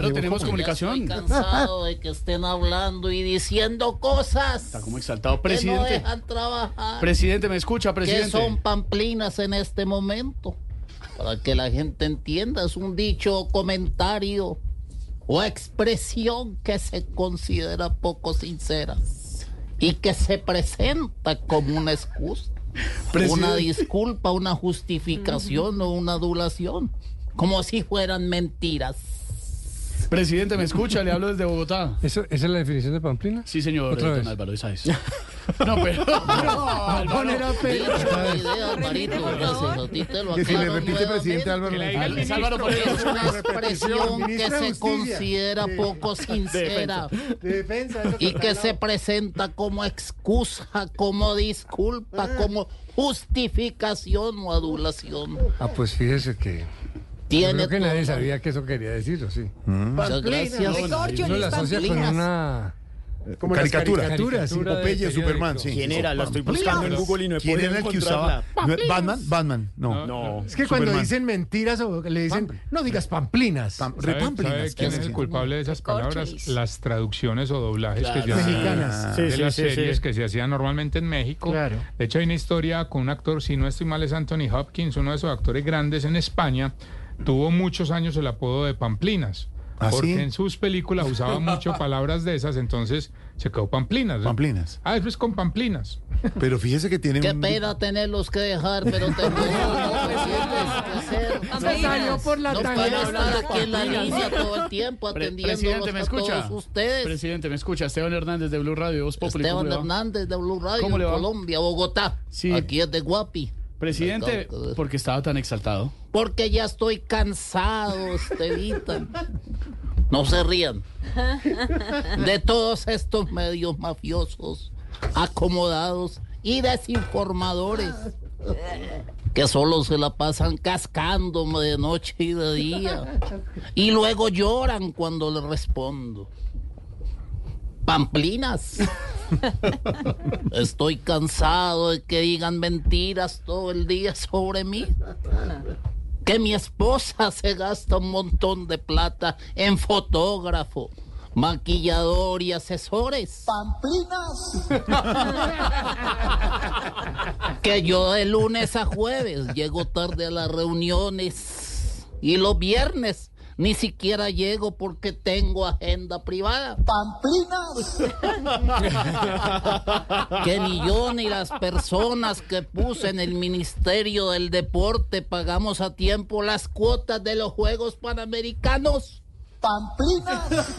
tenemos comunicación. Estoy cansado de que estén hablando y diciendo cosas Está como exaltado, que no presidente. dejan trabajar, Presidente, me escucha, que son presidente. pamplinas en este momento. Para que la gente entienda, es un dicho o comentario o expresión que se considera poco sincera y que se presenta como una excusa. una Presidente. disculpa, una justificación o una adulación, como si fueran mentiras. Presidente, me escucha, le hablo desde Bogotá. ¿Eso- ¿Esa es la definición de Pamplina? Sí, señor, eh, Otra don vez. Álvaro Isaías. No, pero. No, Álvaro. Que Que si le repite, presidente Álvaro. Al- Álvaro, por Es favor. una expresión que Ministra de Justicia. se considera poco sincera De defensa. eso y está que al se lado. presenta como excusa, como disculpa, como justificación o adulación. Ah, pues fíjese que. Yo Tiene creo que nadie todo. sabía que eso quería decir, ¿o sí? Muchas gracias. Uno la asocia con Pamplinas. una. Como las Caricatura. caricaturas, Caricatura de Popeye, periódico. Superman, sí. ¿Quién era? La estoy buscando en Google y no he ¿Quién podido era el que usaba? encontrarla. ¿No es ¿Batman? Batman, no. No. Es Es que cuando Superman. dicen mentiras o le dicen, no digas pamplinas. Pam- ¿Sabe, Repamplinas, sabe ¿quién quién es hacía? el culpable de esas palabras? Las traducciones o doblajes que ya Mexicanas. de Sí, sí, las sí, sí. series que se hacían normalmente en México. Claro. De hecho, hay una historia con un actor, si no estoy mal, es Anthony Hopkins, uno de esos actores grandes en España. Tuvo muchos años el apodo de Pamplinas. ¿Ah, porque sí? en sus películas usaba mucho palabras de esas, entonces se quedó Pamplinas. Pamplinas. Ah, eso es con Pamplinas. Pero fíjese que tiene Qué un- pena tenerlos que dejar, pero tengo presidentes que hacer. Se salió por la No puedo estar aquí en la línea todo el tiempo Pre- atendiéndolos presidente, me a escucha. todos ustedes. Presidente, me escucha. Esteban Hernández de Blue Radio, Voz Populi. ¿cómo Esteban le va? Hernández de Blue Radio, ¿Cómo le va? Colombia, Bogotá. Sí. Aquí es de Guapi. Presidente, ¿por qué estaba tan exaltado? Porque ya estoy cansado, Estevita. No se rían. De todos estos medios mafiosos, acomodados y desinformadores que solo se la pasan cascándome de noche y de día. Y luego lloran cuando le respondo. Pamplinas. Estoy cansado de que digan mentiras todo el día sobre mí que mi esposa se gasta un montón de plata en fotógrafo, maquillador y asesores. ¡Pamplinas! que yo de lunes a jueves llego tarde a las reuniones y los viernes ni siquiera llego porque tengo agenda privada. que ni yo ni las personas que puse en el Ministerio del Deporte pagamos a tiempo las cuotas de los Juegos Panamericanos. Pamplinas.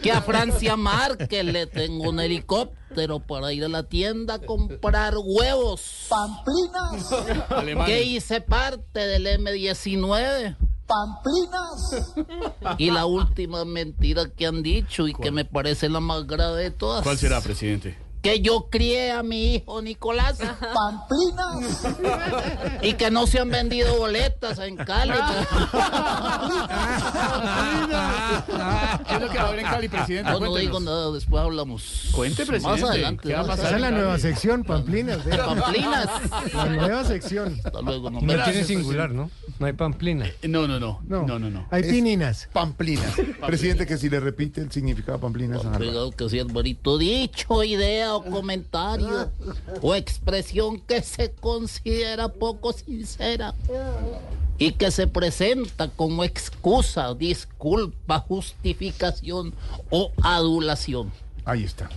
que a Francia Márquez le tengo un helicóptero para ir a la tienda a comprar huevos. Que hice parte del M19. Pamplinas. Y la última mentira que han dicho y que me parece la más grave de todas ¿Cuál será, presidente? que yo crié a mi hijo Nicolás. Pamplinas. Y que no se han vendido boletas en Cali. ¿Qué es lo que va a haber en Cali, presidente? Ah. Yo no Cuéntenos. digo nada, después hablamos. Cuente, presidente. Más adelante. ¿Qué va a más pasar? Esa es la nueva sección, pamplinas. adelante. eh. Pamplinas. La nueva sección. Hasta luego, no No me- Gracias, tiene singular, ¿no? No hay Pamplina. No, no, no. No, No, no, no. Hay pininas. Pamplinas. Presidente, que si le repite el significado de Pamplinas a Álvaro. Cuidado que sea el barito dicho, idea o comentario o expresión que se considera poco sincera y que se presenta como excusa, disculpa, justificación o adulación. Ahí está.